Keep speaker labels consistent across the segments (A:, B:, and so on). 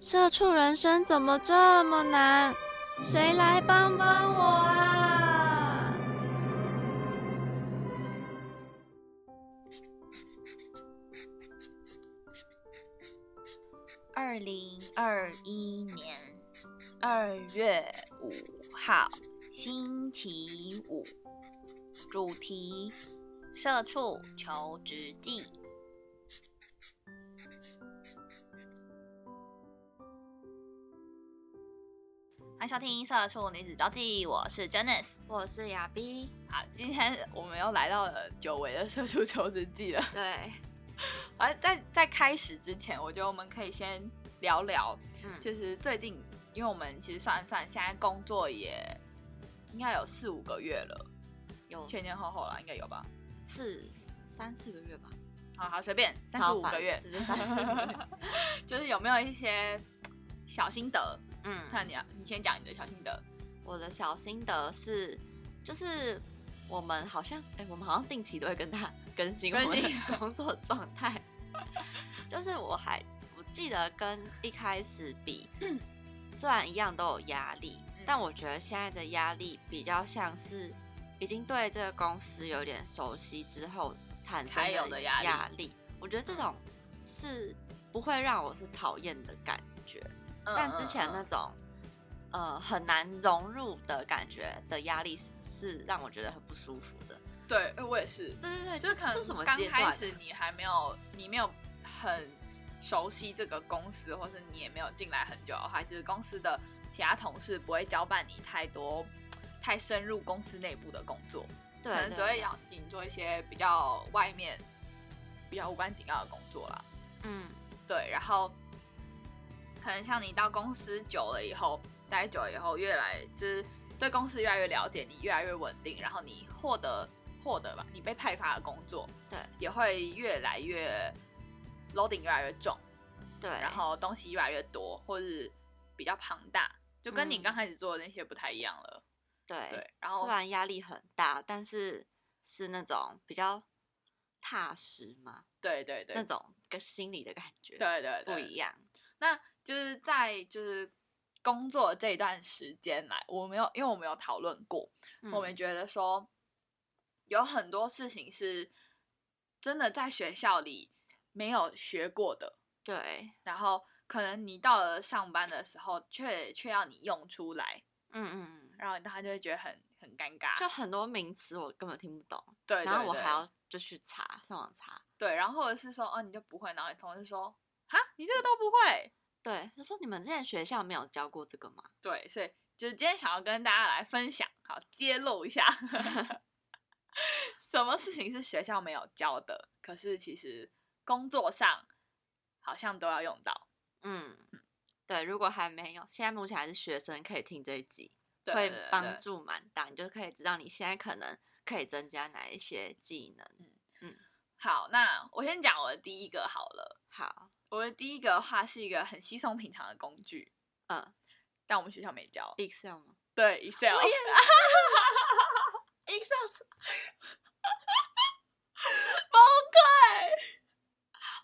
A: 社畜人生怎么这么难？谁来帮帮我啊？
B: 二零二一年二月五号，星期五，主题：社畜求职记。欢迎收听《社畜女子招记》，我是 Janice。
A: 我是亚逼，
B: 好，今天我们又来到了久违的《社畜求职记》了。
A: 对，
B: 而在在开始之前，我觉得我们可以先聊聊，
A: 嗯
B: 就是最近，因为我们其实算一算，现在工作也应该有四五个月了，
A: 有
B: 前前后后啦，应该有吧？
A: 四三四个月吧，
B: 好好随便，三十
A: 好
B: 五
A: 反
B: 个月，
A: 直接35个月
B: 就是有没有一些小心得？
A: 嗯
B: 那你要你先讲你的小心得。
A: 我的小心得是，就是我们好像，哎、我们好像定期都会跟他更新我们
B: 更
A: 的
B: 新
A: 工作状态。就是我还我记得跟一开始 比，虽然一样都有压力，
B: 嗯
A: 但我觉得现在的压力比较像是已经对这个公司有点熟悉之后产生
B: 才有的压力
A: 压力。我觉得这种是不会让我是讨厌的感觉。
B: 嗯
A: 但之前
B: 嗯
A: 那
B: 嗯
A: 种呃很难融入的感觉的压力是是让我觉得很不舒服的。
B: 对，呃我也是，
A: 对对对，
B: 就是可
A: 这什么
B: 能刚
A: 阶段
B: 开
A: 啊
B: 始你还没有，你没有很熟悉这个公司，或是你也没有进来很久，还是公司的其他同事不会交办你太多、太深入公司内部的工作，
A: 对，
B: 可能
A: 对
B: 只会要你做一些比较外面、比较无关紧要的工作啦。
A: 嗯
B: 对，然后可能像你到公司久了以后，待久了以后，越来就是对公司越来越了解，你越来越稳定，然后你获得获得吧，你被派发的工作，
A: 对，
B: 也会越来越 loading 越来越重，
A: 对，
B: 然后东西越来越多，或是比较庞大，就跟你
A: 嗯
B: 刚开始做的那些不太一样了。
A: 对
B: 对然后
A: 虽然压力很大，但是是那种比较踏实嘛，
B: 对对对
A: 那，种跟心理的感觉
B: 对对对，
A: 不一样。
B: 那就是在就是工作这段时间来，我没有，因为我没有讨论过，我们
A: 嗯
B: 觉得说有很多事情是真的在学校里没有学过的，
A: 对，
B: 然后可能你到了上班的时候，却却要你用出来，
A: 嗯嗯，嗯
B: 然后他就会觉得很很尴尬。
A: 就很多名词我根本听不懂，
B: 啊对，
A: 然后
B: 对
A: 我
B: 对
A: 还要就去查上网查，
B: 对，然后或者是说哦，你就不会，然后你同事说哈，你这个都不会，
A: 对，就说你们之前学校没有教过这个吗？
B: 对，所以就是今天想要跟大家来分享，好揭 露一下，什么事情是学校没有教的，可是其实工作上好像都要用到。
A: 嗯，对，如果还没有，现在目前还是学生，可以听这一集，
B: 对
A: 会
B: 对对对
A: 帮助蛮大，你就可以知道你现在可能可以增加哪一些技能。
B: 好，那我先讲我的第一个好了。
A: 好，
B: 我的第一个的话是一个很稀松平常的工具，
A: 嗯
B: 但我们学校没教。
A: ，Excel 吗？
B: 对，Excel。
A: Excel 崩溃，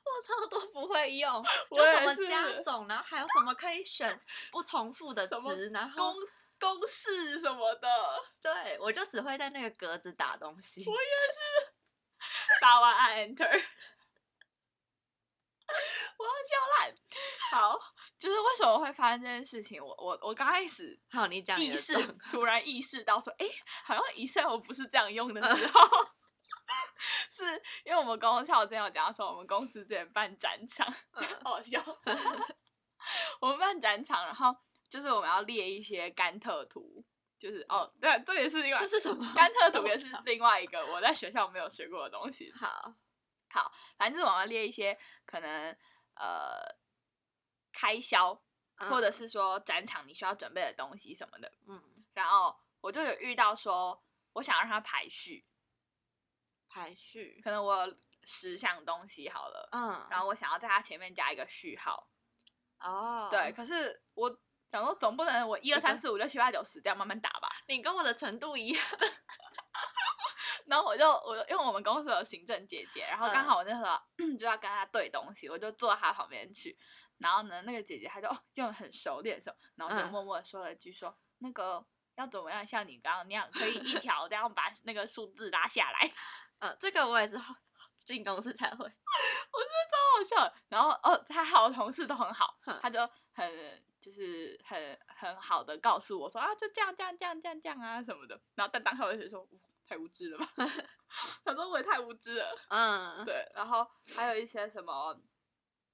A: 我超都不会用，
B: 我
A: 就
B: 也
A: 什么
B: 是
A: 加总，然后还有什么可以选不重复的
B: 什么
A: 值，然后
B: 公公式什么的，
A: 对我就只会在那个格子打东西。
B: 打完按 Enter，我 要笑烂。好，就是为什么会发生这件事情？我我我刚开始
A: 好，你讲你
B: 意
A: 的
B: 识
A: 重，
B: 突然意识到说，哎、好像 Excel 不是这样用的
A: 嗯
B: 时候， 是因为我们公司像我之前有讲到说，我们公司之前办展场，
A: 嗯
B: 好笑。我们办展场，然后就是我们要列一些甘特图，就是哦，对，这也是另外
A: 这是什么
B: 甘特
A: 怎
B: 图
A: 么
B: 也是
A: 讲
B: 另外一个我在学校没有学过的东西。
A: 好，
B: 反正就是我们要列一些可能呃开销，
C: 嗯
B: 或者是说展场你需要准备的东西什么的。
C: 嗯，
B: 然后我就有遇到说，我想让它排序，
C: 排序，
B: 可能我有十项东西好了，
C: 嗯，
B: 然后我想要在它前面加一个序号。
C: 哦，
B: 对，，可是我想说，总不能我一二三四五六七八九十这样慢慢打吧。
C: 你跟我的程度一样，
B: 然后我就我就因为我们公司有行政姐姐，然后
C: 嗯
B: 刚好我那时候、 就要跟她对东西，我就坐到她旁边去。然后呢，那个姐姐她就哦用很熟练的手，然后就
C: 嗯
B: 默默地说了一句说、那个要怎么样像你刚刚那样，可以一条这样把那个数字拉下 来，
C: 嗯，这个我也是后进公司 才会，
B: 超好笑的。然后哦，她好同事都很好
C: 哼，
B: 她就很就是很很好的告诉我说啊就这样这样这样这样这样啊什么的。然后但当下我就觉得说哇太无知了 吧， 反正我也太无知了。
C: 嗯，
B: 对，然后还有一些什么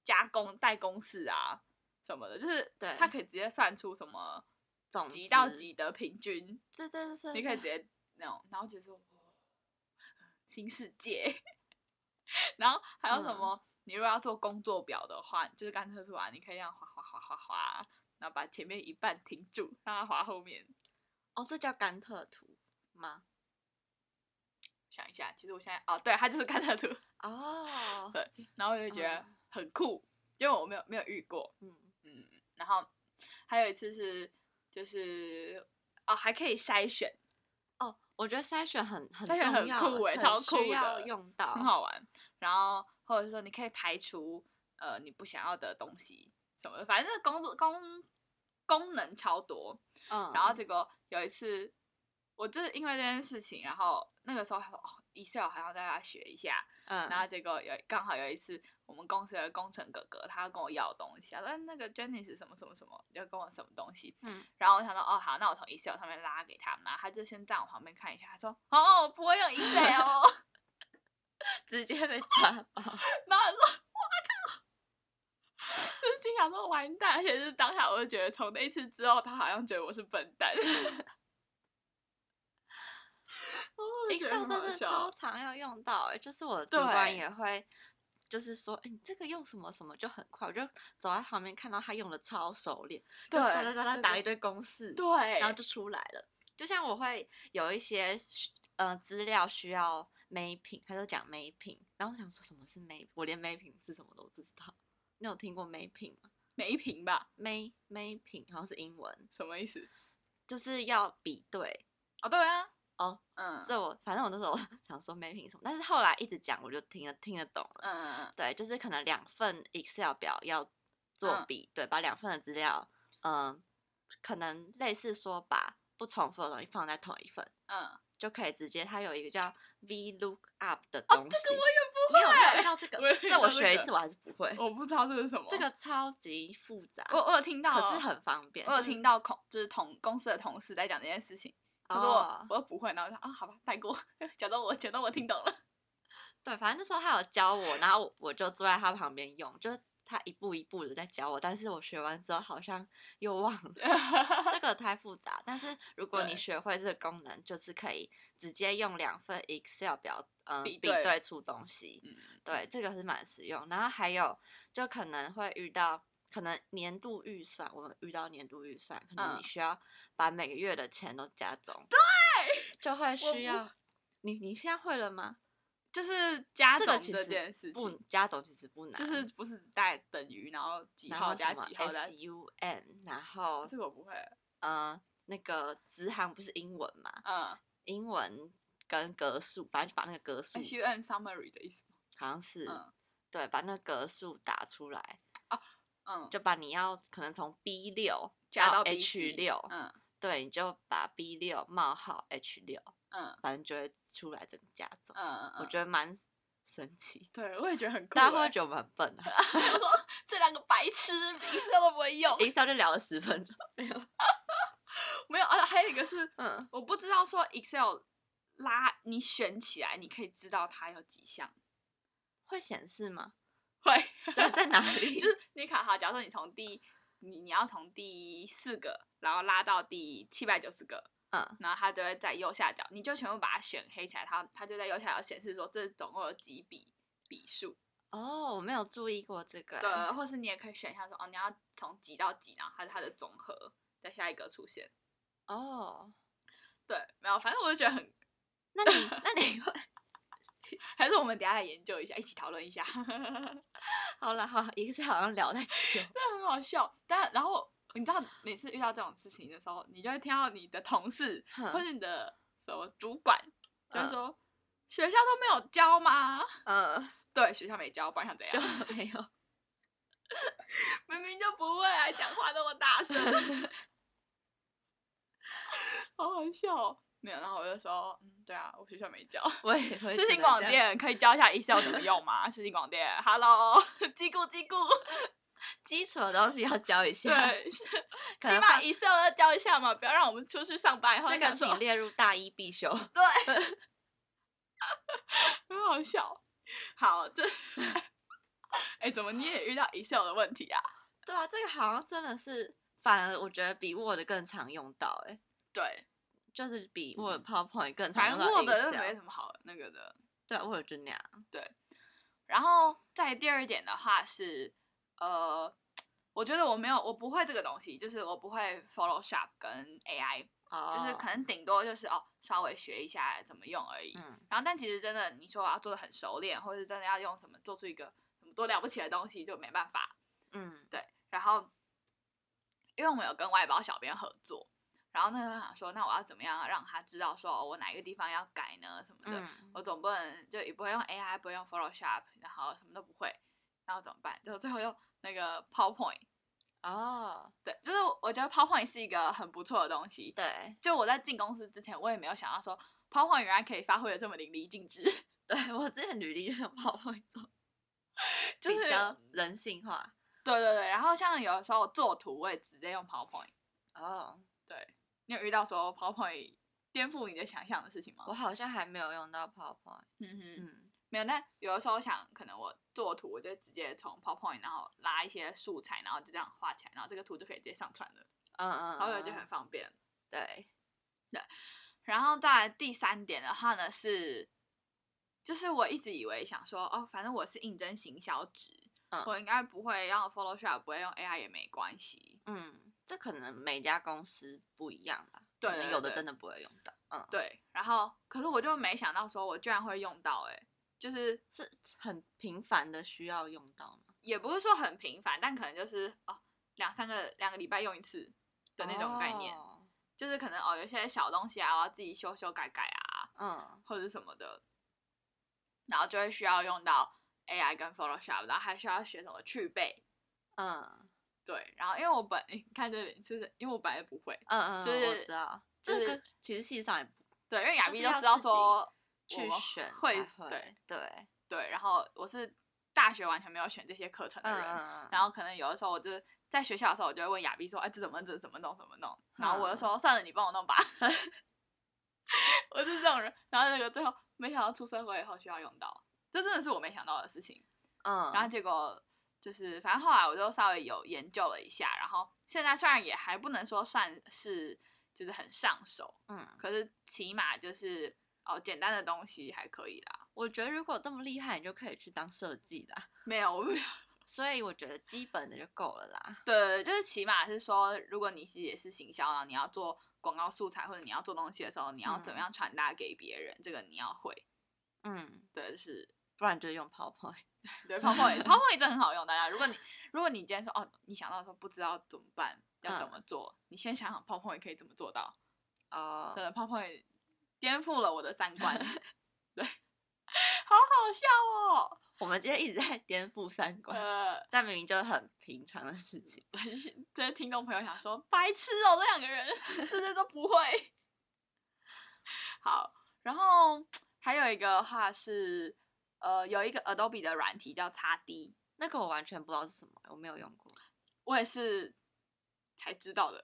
B: 加工代工式啊什么的，就是
C: 对
B: 它可以直接算出什么
C: 总
B: 几到
C: 之
B: 几的平均，
C: 这这这，
B: 你可以直
C: 这
B: 接那种，然后就说哇新世界， 然后还有什
C: 嗯
B: 么？你如果要做工作表的话，就是甘特图啊，你可以这样划划划划划，然后把前面一半停住，让它划后面。
C: 哦，这叫甘特图吗？
B: 想一下，其实我现在哦，对，它就是甘特图，
C: 哦，
B: 对 然后我就觉得
C: 嗯
B: 很酷，因为我没有没有遇过，
C: 嗯，
B: 嗯，然后还有一次是就是哦，还可以筛选，
C: 哦，我觉得筛选很很
B: 筛选
C: 重
B: 很
C: 要
B: 酷欸超酷
C: 需要
B: 的
C: 用到，
B: 很好玩。然后或者是说你可以排除呃你不想要的东西什么的，反正工作功功能超多。
C: 嗯，
B: 然后结果有一次，我就是因为这件事情，然后那个时候还说哦，Excel 还要大家学一下，
C: 嗯，
B: 然后结果有刚好有一次，我们公司有个工程哥哥，他跟我要东西，啊他说那个 Jenny 是什么什么什么，要跟我什么东西，
C: 嗯，
B: 然后我想说哦好，那我从 Excel 上面拉给他，然后他就先站我旁边看一下，他说哦我不会用 Excel，哦
C: 直接被抓包，
B: 然后我说哇靠， 就是心想说完蛋，而且是当下我就觉得从那一次之后，他好像觉得我是笨蛋。 哦我觉得
C: Excel
B: 很好
C: 真的
B: 笑
C: 超常要用到、欸，就是我的主
B: 对
C: 管也会，就是说，哎、你这个用什么什么就很快，我就走在旁边看到他用的超熟练，就
B: 对
C: 哒哒哒哒
B: 对
C: 打
B: 对
C: 一堆公式，
B: 对，
C: 然后就出来了。就像我会有一些需呃资料需要 mapping，他就讲 mapping，然后我想说什么是 map，我连 mapping 是什么都不知道。你有听过 mapping 吗
B: 没评吧？
C: ？may mapping 好像是英文，
B: 什么意思？
C: 就是要比对
B: 哦对啊，
C: 哦，
B: 嗯，
C: 这我反正我那时候 想说 mapping 什么，但是后来一直讲我就听得听得懂了。
B: 嗯嗯嗯
C: 对，就是可能两份 Excel 表要做
B: 嗯
C: 比、对，把两份的资料，嗯、可能类似说把不重复的东西放在同一份，
B: 嗯。
C: 就可以直接它有一个叫 VLOOKUP
B: 哦
C: 的东西。这个
B: 不
C: 我也没有
B: 会
C: 遇到这个，
B: 我也没有遇
C: 这我
B: 到这
C: 学一
B: 个
C: 次我还是不会。
B: 我不知道这是什么。
C: 这个超级复杂，
B: 我我有听到，
C: 可是很方便。
B: 我有
C: 就是
B: 听到同就是同公司的同事在讲这件事情，他说我
C: 哦，
B: 我又不会，然后我说啊好吧，带过， 假装我假装我听懂了。
C: 对，反正那时候他有教我，然后我我就坐在他旁边用，就是他一步一步的在教我，但是我学完之后好像又忘了。这个太复杂，但是如果
B: 对
C: 你学会这个功能，就是可以直接用两份 Excel 表，嗯、
B: 比
C: 比
B: 对
C: 对出东西。
B: 嗯
C: 对，这个是蛮实用。然后还有，就可能会遇到，可能年度预算，我们遇到年度预算，可能
B: 嗯
C: 你需要把每个月的钱都加总。对，就会
B: 不
C: 需要。你你现在会了吗？
B: 就是加
C: 这个
B: 总
C: 其
B: 这件
C: 实
B: 事
C: 不
B: 情，
C: 加总其实不难，
B: 就是不是带等于，然后几
C: 然
B: 号
C: 后
B: 加
C: 什么
B: 几号加，
C: S E U M，然后
B: 这个我不会。
C: 呃那个直行不是英文嘛，
B: 嗯
C: 英文跟格数，反正就把那个格数
B: ，H U M summary 的意思吗。
C: 好像是、
B: 嗯
C: 对，把那个格数打出来，
B: 嗯，
C: 就把你要可能从 B 六
B: 加到 B
C: H 六、
B: 嗯
C: 对，你就把 B 六冒号 H 六，
B: 嗯
C: 反正就会出来整个加总，
B: 嗯嗯，
C: 我
B: 得
C: 觉得蛮神奇。
B: 对，我也觉得很酷欸。
C: 大家会不会觉得我们很笨 啊
B: 这两个白痴，一次都不会用。
C: ？Excel 就聊了十分钟，
B: 没有，啊，还有一个是
C: 嗯，
B: 我不知道说 Excel 拉你选起来，你可以知道它有几项。
C: 会显示吗？
B: 会，
C: 在在哪里？
B: 就是你卡好，假如说你从第你你要从第四个，然后拉到第七百九十个，
C: 嗯，
B: 然后它就会在右下角，你就全部把它选黑起来，它它就在右下角显示说这总共有几笔笔数。
C: 哦，我没有注意过这个。
B: 对，啊或是你也可以选一下说哦，你要从几到几，然后它是它的总和，在下一个出现。
C: 哦，
B: 对，没有，反正我就觉得很，
C: 那你那你会
B: 还是我们等一下来研究一下，一起讨论一下，
C: 好了好，一次好像聊太久。
B: 那很好笑。但然后你知道，每次遇到这种事情的时候，你就会听到你的同事或
C: 哼
B: 是你的什么主管，就是
C: 嗯
B: 说、学校都没有教吗？
C: 嗯，
B: 对，学校没教，不然想怎
C: 就
B: 样？
C: 没有。
B: 明明就不会啊，讲话那么大 声，好好笑、哦。没有，然后我就说，嗯，对啊，我学校没教。
C: 我也会
B: 世
C: 觉
B: 新
C: 得
B: 广
C: 这样，
B: 电可以教一下 Excel 怎么用吗？世新广电，Hello，叽 咕叽咕，
C: 基础的东西要教一下。
B: 对，是
C: 可
B: 起
C: 能
B: 码
C: 放
B: Excel 要教一下嘛，不要让我们出去上班以后
C: 这个
B: 想说
C: 请列入大一必修。
B: 很好笑。好，这， 哎、怎么你也遇到 Excel 的问题啊？
C: 对啊，这个好像真的是，反而我觉得比 Word 更常用到、欸，哎，
B: 对，
C: 就是比 Word、PowerPoint 更常
B: 嗯反
C: 用
B: 正
C: 到
B: Word 就
C: Excel
B: 没什么好那个的。
C: 对啊，Word 就那样。
B: 然后再第二点的话是，呃，我觉得我没有，我不会这个东西，就是我不会 Photoshop 跟 AI，、
C: 哦，
B: 就是可能顶多就是哦，稍微学一下怎么用而已。
C: 嗯，
B: 然后，但其实真的，你说我要做的很熟练，或者是真的要用什么做出一个什么多了不起的东西，就没办法。
C: 嗯
B: 对，然后因为我们有跟外包小编合作，然后那时候想说，那我要怎么样让他知道说哦我哪一个地方要改呢什么的？
C: 嗯，
B: 我总不能就也不会用 AI，不会用 Photoshop，然后什么都不会，然后怎么办？就最后用那个 PowerPoint。
C: 哦，
B: 对，就是我觉得 PowerPoint 是一个很不错的东西。
C: 对
B: 就我在进公司之前，我也没有想到说 PowerPoint 原来可以发挥的这么淋漓尽致。
C: 对，我之前履历上 PowerPoint 都
B: 就
C: 比
B: 是
C: 较人性化。
B: 对对对，然后像有的时候我做图，我也直接用 PowerPoint。
C: 哦，
B: 你有遇到说 PowerPoint 颠覆你的想象的事情吗
C: 我？好像还没有用到 PowerPoint。
B: 嗯哼，
C: 嗯，
B: 没有。但有的时候想，可能我做图，我就直接从 PowerPoint 然后拉一些素材，然后就这样画起来，然后这个图就可以直接上传了，
C: 嗯嗯，
B: 然后我觉得
C: 嗯
B: 就很方便。
C: 对，
B: 然后再来第三点的话呢是，就是我一直以为想说，哦，反正我是应征行销职，
C: 嗯
B: 我应该不会用 Photoshop，不会用 AI 也没关系。
C: 嗯，这可能每家公司不一样吧。
B: 对
C: 可能
B: 对
C: 有的
B: 对
C: 真的不会用到。嗯，
B: 对，然后可是我就没想到说我居然会用到、欸，就是
C: 是很频繁的需要用到吗？
B: 也不是说很频繁，但可能就是哦两三个两个礼拜用一次的那种概念，
C: 哦
B: 就是可能哦有些小东西啊，我要自己修修改改啊，
C: 嗯，
B: 或者什么的，然后就会需要用到 AI 跟 Photoshop，然后还需要学什么去背，
C: 嗯
B: 对，然后因为我本、诶你看这里，就是因为我本来就不会，
C: 嗯嗯，
B: 就
C: 我
B: 是
C: 知道，
B: 就
C: 这
B: 是
C: 个其实系上也不
B: 对，因为雅
C: 就
B: 碧
C: 是
B: 都
C: 要
B: 知道
C: 自己
B: 说
C: 去
B: 我
C: 选才
B: 会
C: 会，
B: 对
C: 对，
B: 对，然后我是大学完全没有选这些课程的
C: 嗯
B: 人，
C: 嗯，
B: 然
C: 后
B: 后可能有的时候我就在学校的时候，我就会问雅碧说：“哎，这怎么这怎么弄怎么弄？”然后我
C: 嗯
B: 就说：“算了，你帮我弄吧。” 我是这种人。然后那个最后没想到出社会以后需要用到，这真的是我没想到的事情。
C: 嗯，
B: 然后结果就是，反正后来我就稍微有研究了一下，然后现在虽然也还不能说算是就是很上手，
C: 嗯，
B: 可是起码就是哦简单的东西还可以啦。
C: 我觉得如果这么厉害，你就可以去当设计啦。
B: 没有，我不
C: 所以我觉得基本的就够了啦。
B: 对，就是起码是说，如果你是也是行销，然后你要做广告素材或者你要做东西的时候，你要怎
C: 嗯
B: 么样传达给别人，这个你要会。
C: 嗯，
B: 对，就是
C: 不然就用 PowerPoint。
B: 对 PowerPoint PowerPoint 真的很好用，大家。如果你如果你今天说哦，你想到说不知道怎么办，要怎
C: 嗯
B: 么做，你先想想 PowerPoint 可以怎么做到。
C: 哦
B: 真，的 PowerPoint 颠覆了我的 三观，对， 好好笑哦。
C: 我们今天一直在颠覆三观，
B: 呃，
C: 但明明就是很平常的事情。
B: 这些听众朋友想说，白痴哦，这两个人真的都不会。 好，然后还有一个话是，呃，有一个 Adobe 的软体叫叉 D，
C: 那个我完全不知道是什么，我没有用过。
B: 我也是才知道的。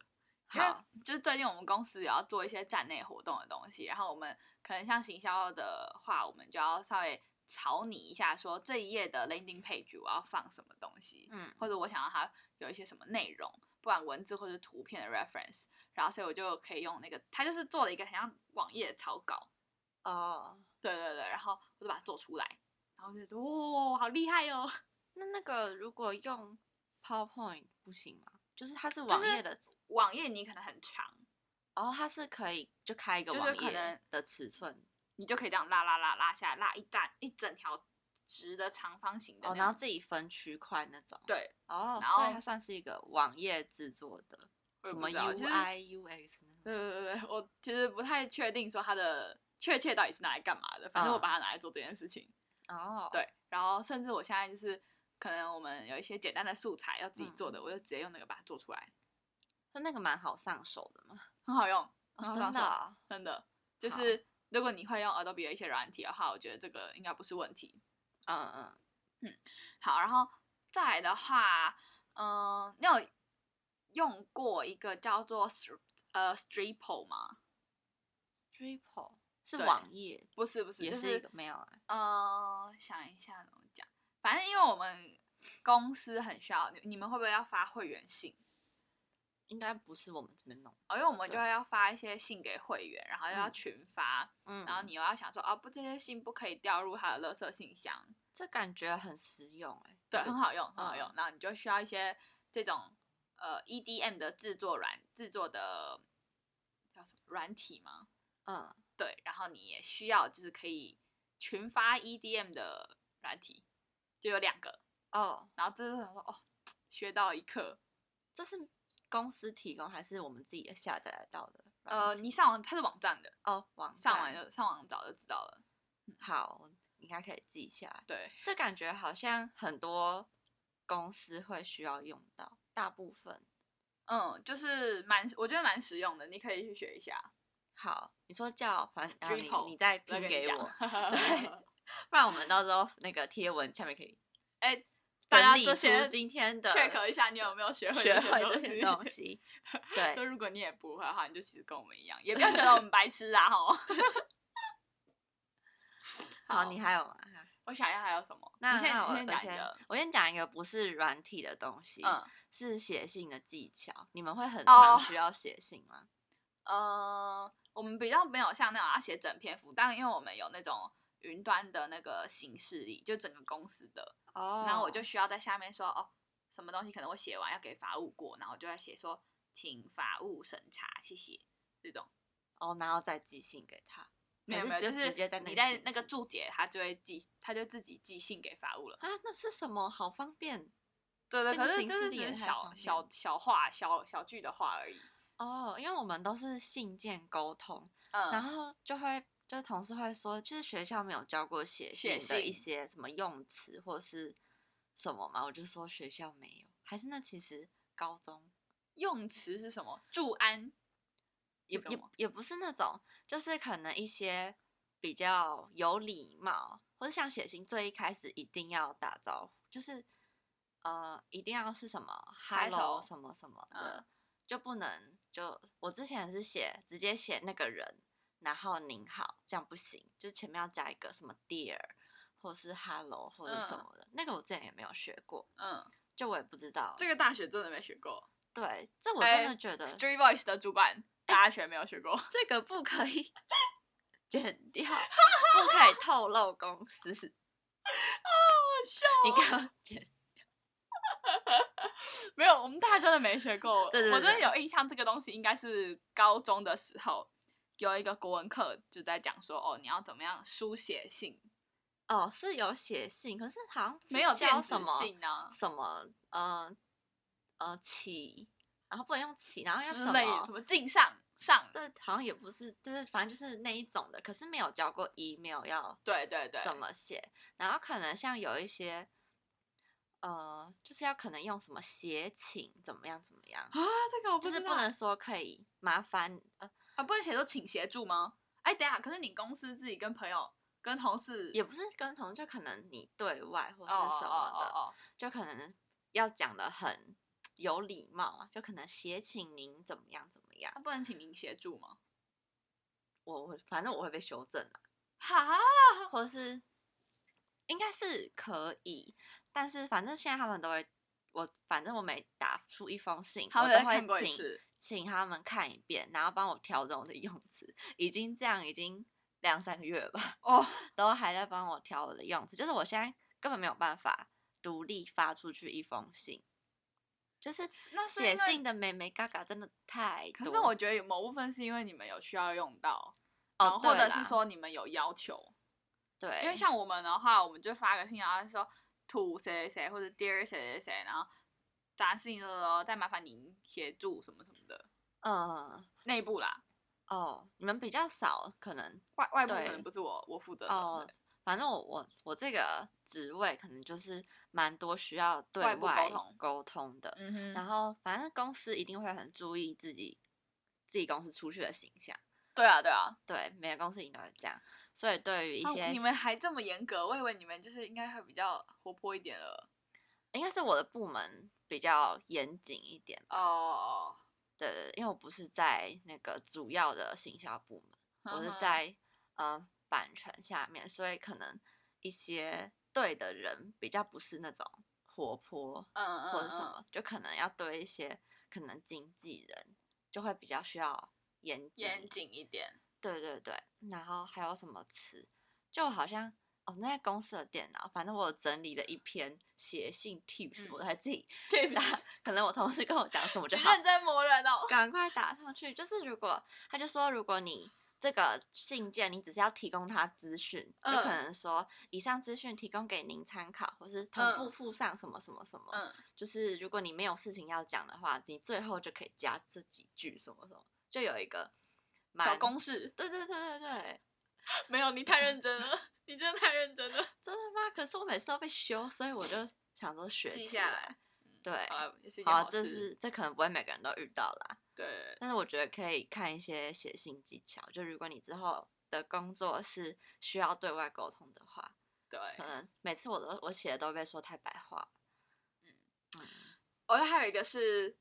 B: 因为
C: 好，
B: 就是最近我们公司也要做一些站内活动的东西，然后我们可能像行销的话，我们就要稍微草拟一下，说这一页的 landing page 我要放什么东西，
C: 嗯
B: 或者我想要它有一些什么内容，不管文字或者图片的 reference，然后所以我就可以用那个，它就是做了一个很像网页的草稿，
C: 哦，
B: 对对对，然后我就把它做出来，然后就说哇、好厉害哦，
C: 那那个如果用 PowerPoint 不行吗？就是它是
B: 就
C: 网
B: 是
C: 页的，
B: 网页你可能很长，
C: 哦，它是可以就开一个
B: 就是
C: 网
B: 可能
C: 页的尺寸，
B: 你就可以这样拉拉拉拉下来，拉一大一整条直的长方形的
C: 哦，
B: 那
C: 然后
B: 样。
C: 自己分区块那种。
B: 对，
C: 哦，
B: 然
C: 所
B: 后
C: 以它算是一个网页制作的，
B: 我
C: 什
B: 也不
C: 么
B: 知道其实
C: UI、UX 那
B: 对
C: 种。
B: 对对对，我其实不太确定说它的确切到底是拿来干嘛的，反正我
C: 嗯
B: 把它拿来做这件事情。
C: 哦，，
B: 对，然后甚至我现在就是可能我们有一些简单的素材要自己
C: 嗯
B: 做的，我就直接用那个把它做出来，
C: 就那个蛮好上手的嘛。
B: 很好用，
C: 哦
B: 这样
C: 真的
B: 说
C: 啊
B: 真的就
C: 好
B: 是。如果你会用 Adobe 的一些软体的话，我觉得这个应该不是问题。
C: 嗯嗯，
B: 好，然后再来的话，嗯、你有用过一个叫做 Str- 呃 Stripo 吗？
C: d r i p p l 是
B: 对
C: 网页，
B: 不是不是，
C: 也
B: 就是
C: 一个没有欸
B: 呃，想一下怎么讲，反正因为我们公司很需要，你你们会不会要发会员信？
C: 应该不是我们这边弄。
B: 哦，因为我们就
C: 对
B: 会要发一些信给会员，然后又要
C: 嗯
B: 群发，
C: 嗯，
B: 然后你又要想说，哦不，这些信不可以掉入他的垃圾信箱，
C: 这感觉很实用哎、
B: 对，
C: 这个
B: 很好用，很好
C: 嗯
B: 用。然后你就需要一些这种呃 EDM 的制作软制作的叫什么软体吗？
C: 嗯，
B: 对，然后你也需要就是可以群发 EDM 的软体，就有两个。
C: 哦，
B: 然后这是想说哦，学到一课。
C: 这是公司提供还是我们自己也下载得到的软
B: 呃，
C: 体？
B: 你上网它是网站的，
C: 哦，网
B: 上网
C: 站
B: 就上网找就知道了。
C: 嗯好，我应该可以记下来。
B: 对，
C: 这感觉好像很多公司会需要用到，大部分。
B: 嗯，就是蛮我觉得蛮实用的，你可以去学一下。
C: 好，你说叫，反正然后
B: Drupal，
C: 你你再
B: 我再
C: 拼
B: 跟你
C: 给
B: 讲
C: 我，对，不然我们到时候那个贴文下面可以
B: 哎，大
C: 整
B: 家
C: 理
B: 这些
C: 出今天的
B: check 一下你有没有学 会
C: 学会
B: 这
C: 这
B: 些
C: 些
B: 东
C: 东
B: 西。
C: 西。
B: 就
C: 对，
B: 如果你也不会的话，你就其实跟我们一样，也不要觉得我们白痴啊吼。
C: 好，你还有吗？
B: 我想一下还有什么？
C: 那
B: 你先
C: 那
B: 你
C: 我
B: 先
C: 我
B: 讲一
C: 先
B: 个，
C: 我先讲一个不是软体的东西，
B: 嗯
C: 是写信的技巧。你们会很
B: 哦
C: 常需要写信 吗？
B: 呃，我们比较没有像那种要写整篇幅，但因为我们有那种云端的那个形式力，就整个公司的，
C: 哦
B: 然后我就需要在下面说哦，什么东西可能我写完要给法务过，然后我就在写说，请法务审查，谢谢这种。
C: 哦，然后再寄信给他，
B: 没有
C: 还
B: 没有，
C: 是
B: 就
C: 就是直接在那
B: 你
C: 个
B: 在
C: 信
B: 那个
C: 纸
B: 注解，他就会寄，他就自己寄信给法务了。
C: 啊，那是什么？好方便
B: 对对，
C: 这个
B: 可是
C: 形
B: 这是
C: 式
B: 只
C: 也
B: 是
C: 太
B: 小
C: 方便
B: 小
C: 了
B: 小话、小小句的话而已。
C: 哦，因为我们都是信件沟通，
B: 嗯，
C: 然后就会就是同事会说，就是学校没有教过写
B: 写
C: 信的一
B: 信
C: 些什么用词或是什么嘛，我就说学校没有，还是那其实高中
B: 用词是什么？注安
C: 也
B: 那
C: 也
B: 种吗
C: 也不是那种，就是可能一些比较有礼貌，或者像写信最一开始一定要打招呼，就是呃，一定要是什么
B: 开
C: hello
B: 头
C: 什么什么
B: 嗯
C: 的，就不能就我之前是写直接写那个人，然后您好，这样不行，就是前面要加一个什么 dear 或是 hello 或者什
B: 嗯
C: 么的，那个我之前也没有学过，
B: 嗯，
C: 就我也不知道
B: 这个大学真的没学过。
C: 对，这我
B: 哎
C: 真的觉得
B: Street Voice 的主管大学没有学过，
C: 这个不可以剪掉，不可以透露公 司。
B: 哦
C: 好笑、你看，剪
B: 没有，我们大学真的没学过。
C: 对对
B: 我真的
C: 对
B: 有印象，这个东西应该是高中的时候有一个国文课就在讲说，哦，你要怎么样书写信，
C: 哦，是有写信，可是好像是
B: 没有
C: 教
B: 电
C: 什
B: 子
C: 么
B: 信啊
C: 什么，呃呃起，然后不能用起，然后要
B: 之
C: 什
B: 类的，什
C: 么？
B: 么敬上上，
C: 这好像也不是，就是反正就是那一种的，可是没有教过 email 要
B: 对对对，
C: 怎么写，然后可能像有一些，呃，就是要可能用什么写请怎么样怎么样，
B: 啊？这个我不
C: 就
B: 知
C: 是
B: 道
C: 不能说可以麻烦呃，
B: 啊，不能写说请协助吗？哎，等一下，可是你公司自己跟朋友、跟同事
C: 也不是跟同，就可能你对外或
B: 哦
C: 是什么的，
B: 哦哦哦哦
C: 就可能要讲的很有礼貌啊，就可能协请您怎么样怎么样
B: 啊，，不能请您协助吗？
C: 我会反正我会被修正啊，
B: 哈，
C: 或是应该是可以，但是反正现在他们都会。我反正我每打出一封信，
B: 好
C: 我
B: 我
C: 都
B: 再看过
C: 会
B: 一
C: 请
B: 次，
C: 请他们看一遍，然后帮我调整我的用词。已经这样，已经两三个月吧，
B: 哦，
C: 都还在帮我调我的用词，就是我现在根本没有办法独立发出去一封信，就是
B: 那是因
C: 写
B: 为
C: 信的美美嘎嘎真的太
B: 可
C: 多。
B: 是我觉得有某部分是因为你们有需要用到，然
C: 哦，
B: 后或
C: 对
B: 者是
C: 啦
B: 说你们有要求，
C: 对，
B: 因为像我们的话，我们就发个信，然后说 to 谁谁谁或者 dear 谁谁谁，然后答事情了，再麻烦您协助什么什么的
C: 嗯
B: 内部啦，
C: 哦，你们比较少可能
B: 外外部可
C: 对
B: 能不是我我负责的，
C: 哦，反正我我我这个职位可能就是蛮多需要对
B: 外部沟
C: 外
B: 通
C: 沟通的，
B: 嗯哼，
C: 然后反正公司一定会很注意自己自己公司出去的形象，
B: 对啊对啊，
C: 对，每个公司一定都会这样，所以对于一
B: 啊
C: 些、
B: 你们还这么严格，我以为你们就是应该会比较活泼一点了，
C: 应该是我的部门比较严谨一点吧，
B: 哦，
C: 对对，对因为我不是在那个主要的行销部门。我是
B: 嗯哼
C: 在呃版权下面，所以可能一些对的人比较不是那种活泼
B: 嗯嗯
C: 或者什
B: 嗯
C: 么，就可能要对一些可能经纪人就会比较需要严谨。
B: 严谨一点，
C: 对对对，然后还有什么词？就我好像哦，那在公司的电脑，反正我有整理了一篇写信 tips，、
B: 嗯
C: 我还自己
B: 对不
C: 打
B: 起，，
C: 可能我同事跟我讲什么就
B: 你
C: 好
B: 认真磨人哦，
C: 赶快打上去。就是如果他就说，如果你这个信件你只是要提供他资讯，就可
B: 嗯
C: 能说以上资讯提供给您参考，或是同步
B: 嗯
C: 附上什么什么什么。
B: 嗯，
C: 就是如果你没有事情要讲的话，你最后就可以加这几句什么什么，就有一个蛮
B: 小公式。
C: 对对对对对，
B: 没有，你太认真了，你真的太认真了，
C: 真的吗？可是我每次都被修，所以我就想说学
B: 记
C: 起
B: 下来。嗯
C: 对，
B: 好了，也是一
C: 好
B: 件
C: 啊、
B: 好
C: 这
B: 事。
C: 是这可能不会每个人都遇到啦。
B: 对，
C: 但是我觉得可以看一些写信技巧，就如果你之后的工作是需要对外沟通的话，
B: 对，
C: 可能每次我都我写的都被说太白话。
B: 我觉得还有一个是，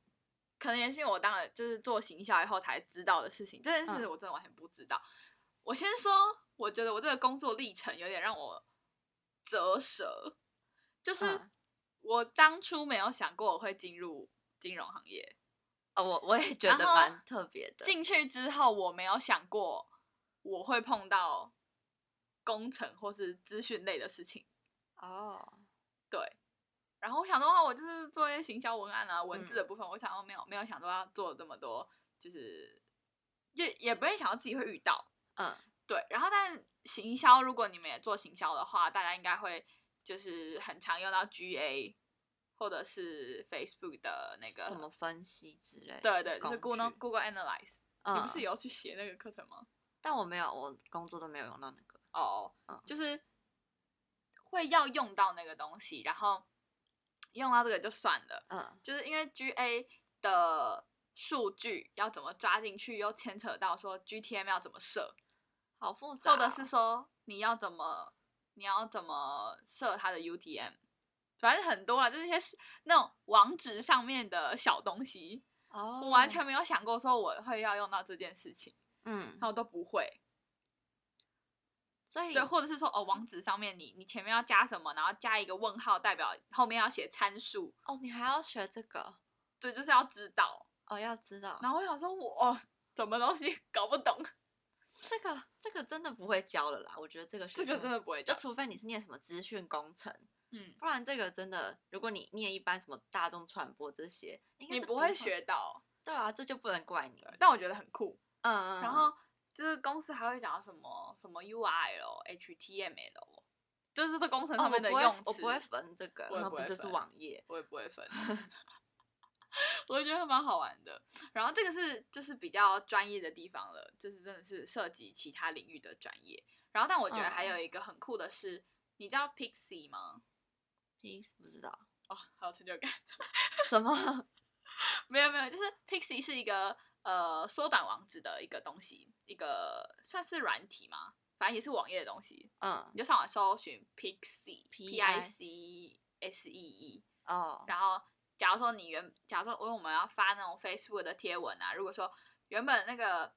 B: 可能也是因为我当了就是做行销以后才知道的事情，这件事
C: 嗯
B: 我真的完全不知道。我先说，我觉得我这个工作历程有点让我啧舌，就是
C: 嗯
B: 我当初没有想过我会进入金融行业，
C: 哦，我我也觉
B: 然
C: 得
B: 后
C: 蛮特别的。
B: 进去之后，我没有想过我会碰到工程或是资讯类的事情。
C: 哦，
B: 然后我想说，哦，我就是做一些行销文案啊，文字
C: 嗯
B: 的部分，我想说没有没有想说要做这么多，就是也也不会想到自己会遇到。
C: 嗯，
B: 对，然后但行销，如果你们也做行销的话，大家应该会就是很常用到 GA 或者是 Facebook 的那
C: 怎么
B: 个，
C: 分析之类的
B: 对
C: 工具？
B: 对，就是 Google Google Analyze、
C: 嗯，
B: 你不是有去写那个课程吗？
C: 但我没有，我工作都没有用到那个。
B: 哦，
C: 嗯
B: 就是会要用到那个东西，然后用到这个就算了，
C: 嗯
B: 就是因为 GA 的数据要怎么抓进去，又牵扯到说 GTM 要怎么设，
C: 好复杂
B: 或
C: 哦，
B: 者是说你要怎么你要怎么设它的 UTM，反正很多了，就是一些是那种网址上面的小东西，
C: 哦，
B: 我完全没有想过说我会要用到这件事情，
C: 嗯
B: 然，后我都不会。
C: 所以
B: 对，或者是说哦，网址上面你你前面要加什么，然后加一个问号，代表后面要写参数，
C: 哦，你还要学这个
B: 对，就是要知道。
C: 哦，要知道
B: 然后我想说我，哦，怎么东西 搞不懂，
C: 这个这个真的不会教了啦。我觉得这个
B: 这个真
C: 的，
B: 的不会
C: 就
B: 教。
C: 除非你是念什么资讯工程。
B: 嗯，
C: 不然这个真的，如果你念一般什么大众传播这些，应该
B: 你
C: 是
B: 不会学。到，
C: 对啊，这就不能怪你。
B: 对，但我觉得很酷。
C: 嗯嗯。
B: 然后就是公司还会讲到什么什么 URL、HTML，就是这工程
C: 嗯哦，
B: 上
C: 我
B: 面的
C: 不会，
B: 用词，
C: 我不会分这个，
B: 我也
C: 那
B: 不
C: 不
B: 会
C: 就是
B: 分
C: 网页？
B: 我也不会 分，我觉得蛮好玩的。然后这个是就是比较专业的地方了，就是真的是涉及其他领域的专业。然后但我觉
C: 嗯
B: 得还有一个很酷的是，你知道 Pixie 吗？
C: p 不知道
B: 哦，好有成就感。
C: 什么？
B: 没有没有，就是 Pixie 是一个呃缩短网址的一个东西，一个算是软体嘛，反正也是网页的东西。
C: 嗯
B: 你，就上网搜寻 Pixie
C: P
B: P I C S E E，
C: 哦，
B: 然后假如说你原，假如说因为我们要发那种 Facebook 的贴文啊，如果说原本那个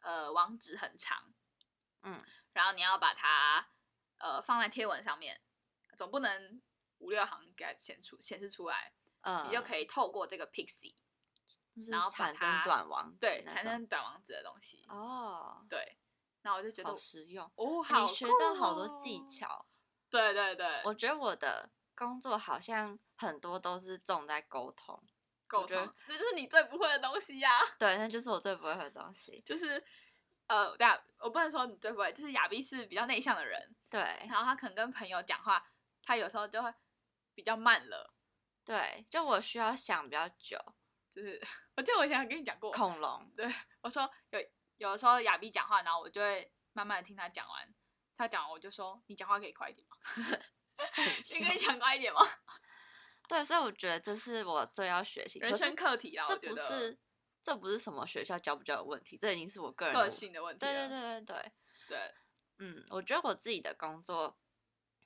B: 呃网址很长，
C: 嗯，
B: 然后你要把它呃放在贴文上面，总不能五六行给它显出显示出来，
C: 嗯，
B: 你就可以透过这个 Pixie
C: 就是
B: 然后把
C: 产生
B: 它
C: 短网址
B: 对
C: 那
B: 产
C: 种
B: 生短网址的东西，
C: 哦，
B: 对，然后我就觉得
C: 好实用。
B: 哦，好
C: 你学到好
B: 酷
C: 多
B: 哦
C: 技。巧。
B: 对对对，
C: 我觉得我的工作好像很多都是重在沟通，
B: 沟
C: 觉得
B: 通，那就是你最不会的东西呀、
C: 对，那就是我最不会的东西。
B: 就是呃，对啊，我不能说你最不会，就是亚比是比较内向的人，
C: 对
B: 然后他可能跟朋友讲话，他有时候就会比较慢了。
C: 对，就我需要想比较久。
B: 就是 我记得我以前还跟你讲过，
C: 恐龙，
B: 我说有有的时候亚比讲话，然后我就会慢慢的听他讲完，他讲完我就说你讲话可以快一点吗？你可以讲快 一点吗？
C: 对，所以我觉得这是我最要学习。
B: 人
C: 可是
B: 生课题啦，啊我
C: 这
B: 觉
C: 不
B: 得
C: 是这不是什么学校教不教的问题，这已经是我个人
B: 个
C: 的
B: 性的问题啊
C: 对
B: 了。
C: 对对对对，
B: 对
C: 嗯，我觉得我自己的工作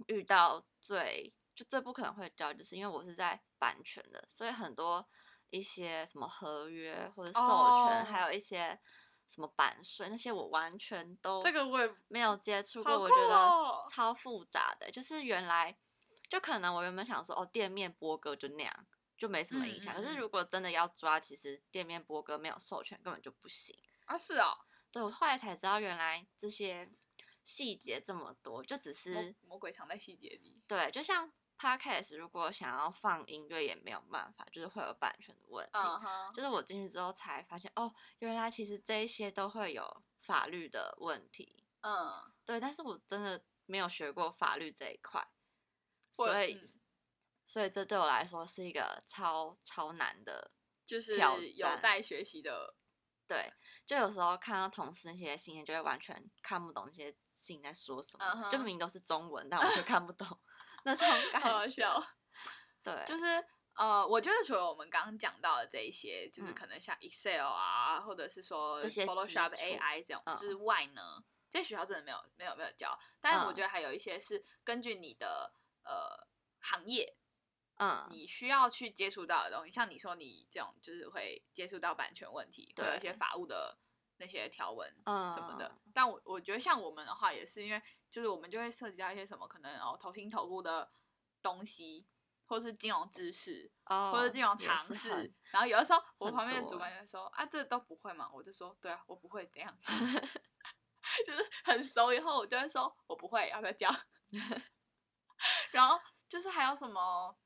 C: 遇到最就最不可能会教，就是因为我是在版权的，所以很多一些什么合约或者授权
B: 哦
C: 还有一些什么版税那些，我完全都
B: 这个我也
C: 没有接触
B: 好
C: 过，我
B: 酷
C: 觉
B: 哦
C: 得超复杂的。就是原来就可能我原本想说，哦，店面播歌就那样，就没什么影响。
B: 嗯嗯
C: 可是
B: 嗯
C: 如果真的要抓，其实店面播歌没有授权根本就不行。
B: 啊是哦，
C: 对我后来才知道，原来这些细节这么多，就只是
B: 魔魔鬼藏在细节里。
C: 对，就像 podcast 如果想要放音乐也没有办法，就是会有版权的问题。
B: 嗯哼，
C: 就是我进去之后才发现，哦，原来其实这一些都会有法律的问题。
B: 嗯，
C: 对，但是我真的没有学过法律这一块，
B: 我
C: 所以、
B: 嗯
C: 所以这对我来说是一个超超难的。
B: 就是
C: 挑
B: 有
C: 战
B: 待学习的。
C: 对，就有时候看到同事那些信件，就会完全看不懂那些信在说什么
B: 嗯哼
C: 就明明都是中文，但我却看不 懂那种 感
B: 好好
C: 觉。
B: 笑，
C: 对，
B: 就是呃，我觉得除了我们刚刚讲到的这一些，就是
C: 嗯
B: 可能像 Excel 啊，或者是说
C: 这些
B: Photoshop
C: 基础
B: AI 这种
C: 嗯
B: 之外呢，在学校真的没有没有没有教，但是我
C: 嗯
B: 觉得还有一些是根据你的呃行业，
C: 嗯，
B: 你需要去接触到的东西，像你说你这种就是会接触到版权问题，会有一些
C: 对
B: 法务的那些条文，
C: 嗯
B: 什么的。但我我觉得像我们的话，也是因为就是我们就会涉及到一些什么可能哦投新投顾的东西，或是金融知识，
C: 哦，
B: 或是金融
C: 也
B: 常
C: 是
B: 识
C: 很。
B: 然后有的时候我
C: 很
B: 旁边的
C: 多
B: 主管就会说啊这都不会嘛，我就说对啊我不会怎样， 就是很熟以后我就会说我不会要不要 教，然后就是还有什么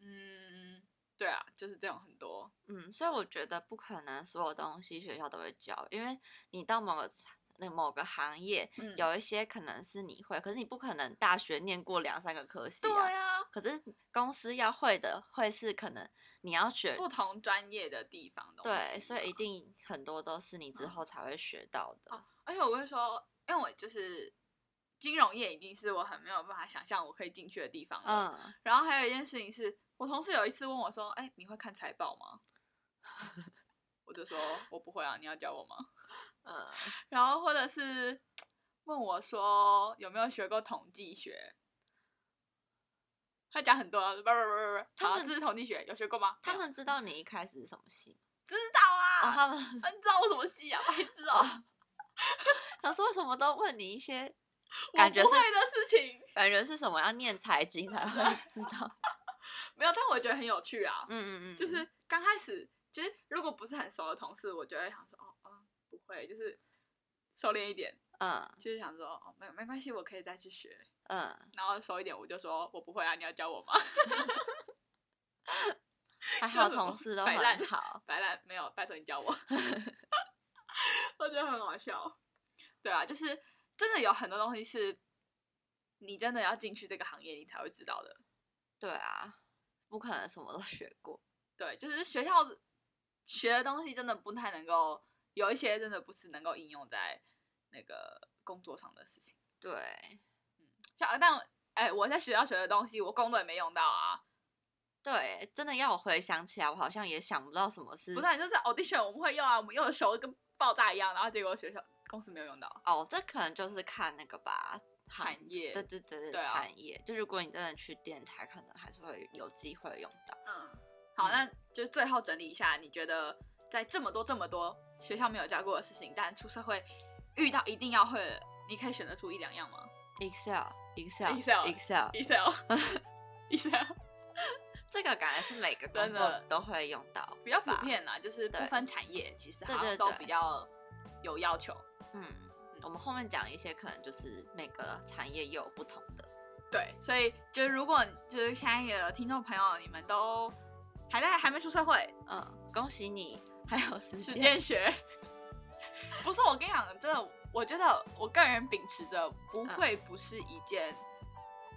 B: 嗯对啊就是这种很多
C: 嗯，所以我觉得不可能所有东西学校都会教，因为你到某个产那某个行业，
B: 嗯
C: 有一些可能是你会，可是你不可能大学念过两三个科系
B: 对
C: 啊。
B: 啊
C: 可是公司要会的会是可能你要学
B: 不同专业的地方的东西
C: 对，所以一
B: 嘛
C: 定很多都是你之后才会学到的。
B: 哦而且我跟你说，因为我就是金融业，已经是我很没有办法想象我可以进去的地方了。
C: 嗯，
B: 然后还有一件事情是，我同事有一次问我说：“哎、你会看财报吗？” 我就说：“我不会啊，你要教我吗
C: 呃，？”
B: 然后或者是问我说有没有学过统计学。他讲很多啊，不不不不不，
C: 他
B: 好，
C: 们
B: 这是统计学，有学过吗？
C: 他
B: 没有
C: 们知道你一开始是什么系吗
B: 知道
C: 哦，
B: 啊，
C: 他们
B: 他知道我什么系啊，白痴哦，
C: 他说什么都问你一些
B: 我
C: 感觉
B: 不
C: 是
B: 会的事情，
C: 感觉是什么要念财经 才会知道。
B: 没有，但我觉得很有趣啊，
C: 嗯嗯嗯，
B: 就是刚开始，其实如果不是很熟的同事，我就会想说，哦，哦，不会，就是收敛一点，
C: 嗯
B: 就是想说，哦，没有没关系，我可以再去学。
C: 嗯，
B: 然后熟一点，我就说我不会啊，你要教我吗？
C: 还
B: 叫
C: 好
B: 什么
C: 同事都
B: 摆烂
C: 很好。
B: 白兰没有，拜托你教 我，我觉得很好笑。对啊，就是真的有很多东西是你真的要进去这个行业，你才会知道的。
C: 对啊，不可能什么都学过。
B: 对，就是学校学的东西真的不太能够，有一些真的不是能够应用在那个工作上的事情。
C: 对
B: 像但哎、我在学校学的东西，我工作也没用到啊。
C: 对，真的要我回想起来，我好像也想不到什么是。
B: 不是啊，你就是 audition 我们会用啊，我们用的熟的跟爆炸一样，然后结果学校公司没有用到。
C: 哦，这可能就是看那个吧，行
B: 产业
C: 对对对对，
B: 对啊
C: 产业。就如果你真的去电台，可能还是会有机会用到。
B: 嗯，好，那就最后整理一下，你觉得在这么多这么多学校没有教过的事情，但出社会遇到一定要会的，你可以选择出一两样吗
C: Excel Excel
B: Excel
C: Excel，
B: ？Excel，Excel
C: 这个感觉是每个
B: 真
C: 工
B: 的
C: 作都会用到，
B: 比较普啊
C: 吧。
B: 遍啦，就是不
C: 对
B: 分产业，其实
C: 对
B: 好像
C: 对
B: 都
C: 对
B: 比较有要求。
C: 嗯，
B: 嗯，
C: 我们后面讲一些可能就是每个产业也有不同的。
B: 对，所以就是如果就是现在的听众朋友，你们都还在还没出社会，
C: 嗯，恭喜你，还有时
B: 实
C: 间。
B: 践学。 不是，我跟你讲，真的，我觉得我个人秉持着不会不是一件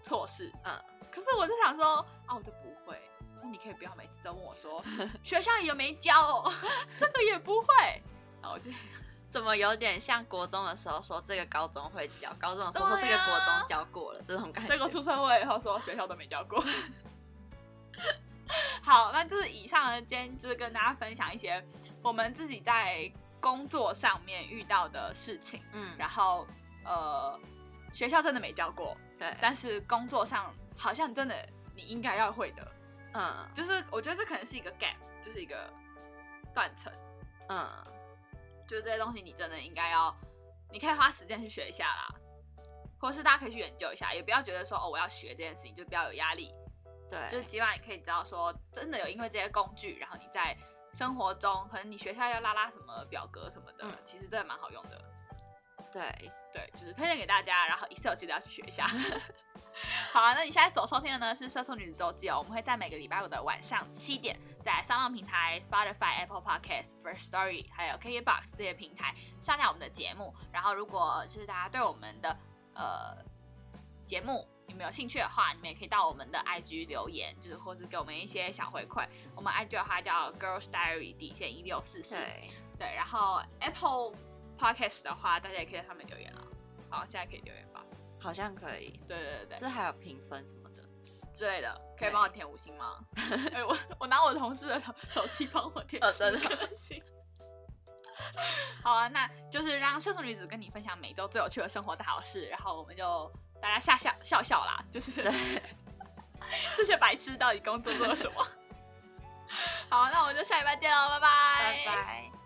B: 错事。
C: 嗯，
B: 可是我就想说，啊，我就不会。那你可以不要每次都问我说，学校也没教哦，这个也不会。然后我就
C: 怎么有点像国中的时候说这个高中会教，高中的时候说这
B: 对
C: 个
B: 啊
C: 国中教过了这种感觉。
B: 这个出社会以后说学校都没教过。 好，那就是以上呢，今天就是跟大家分享一些我们自己在工作上面遇到的事情，
C: 嗯，
B: 然后呃，学校真的没教过，
C: 对，
B: 但是工作上好像真的你应该要会的，
C: 嗯
B: 就是我觉得这可能是一个 gap，就是一个断层，
C: 嗯，
B: 就是这些东西你真的应该要，你可以花时间去学一下啦，或者是大家可以去研究一下，也不要觉得说哦我要学这件事情就不要有压力，就是
C: 对，
B: 起码你可以知道说，真的有因为这些工具，然后你在生活中，可能你学校要拉拉什么表格什么的，
C: 嗯
B: 其实真的蛮好用的。
C: 对，
B: 对，就是推荐给大家，然后一次我记得要去学一下。 好、啊，那你现在所收听的呢是《社畜女子周记》哦，我们会在每个礼拜五的晚上七点，在商浪平台、Spotify、Apple Podcast、First Story 还有 KKBox 这些平台上架我们的节目。然后，如果就是大家对我们的呃节目你们有兴趣的话，你们也可以到我们的 IG 留言，就是或是给我们一些小回馈。我们 IG 的话叫 Girls Diary 底线一六四四。
C: 对，
B: 对，然后 Apple Podcast 的话，大家也可以在上面留言了。好，现在可以留言吧？
C: 好像可以，
B: 对对对
C: 是
B: 对，
C: 还有评分什么的。
B: 之类的，可以
C: 对
B: 帮我填五星吗？ 哎、我我拿我同事的手手机帮我填
C: 哦真的
B: 五颗星。 好啊，那就是让射手女子跟你分享每周最有趣的生活大好事，然后我们就大家吓笑笑笑啦，就是
C: 对
B: 这些白 痴到底工作做了什么？好，那我们就下礼拜见喽，拜拜，
C: 拜拜。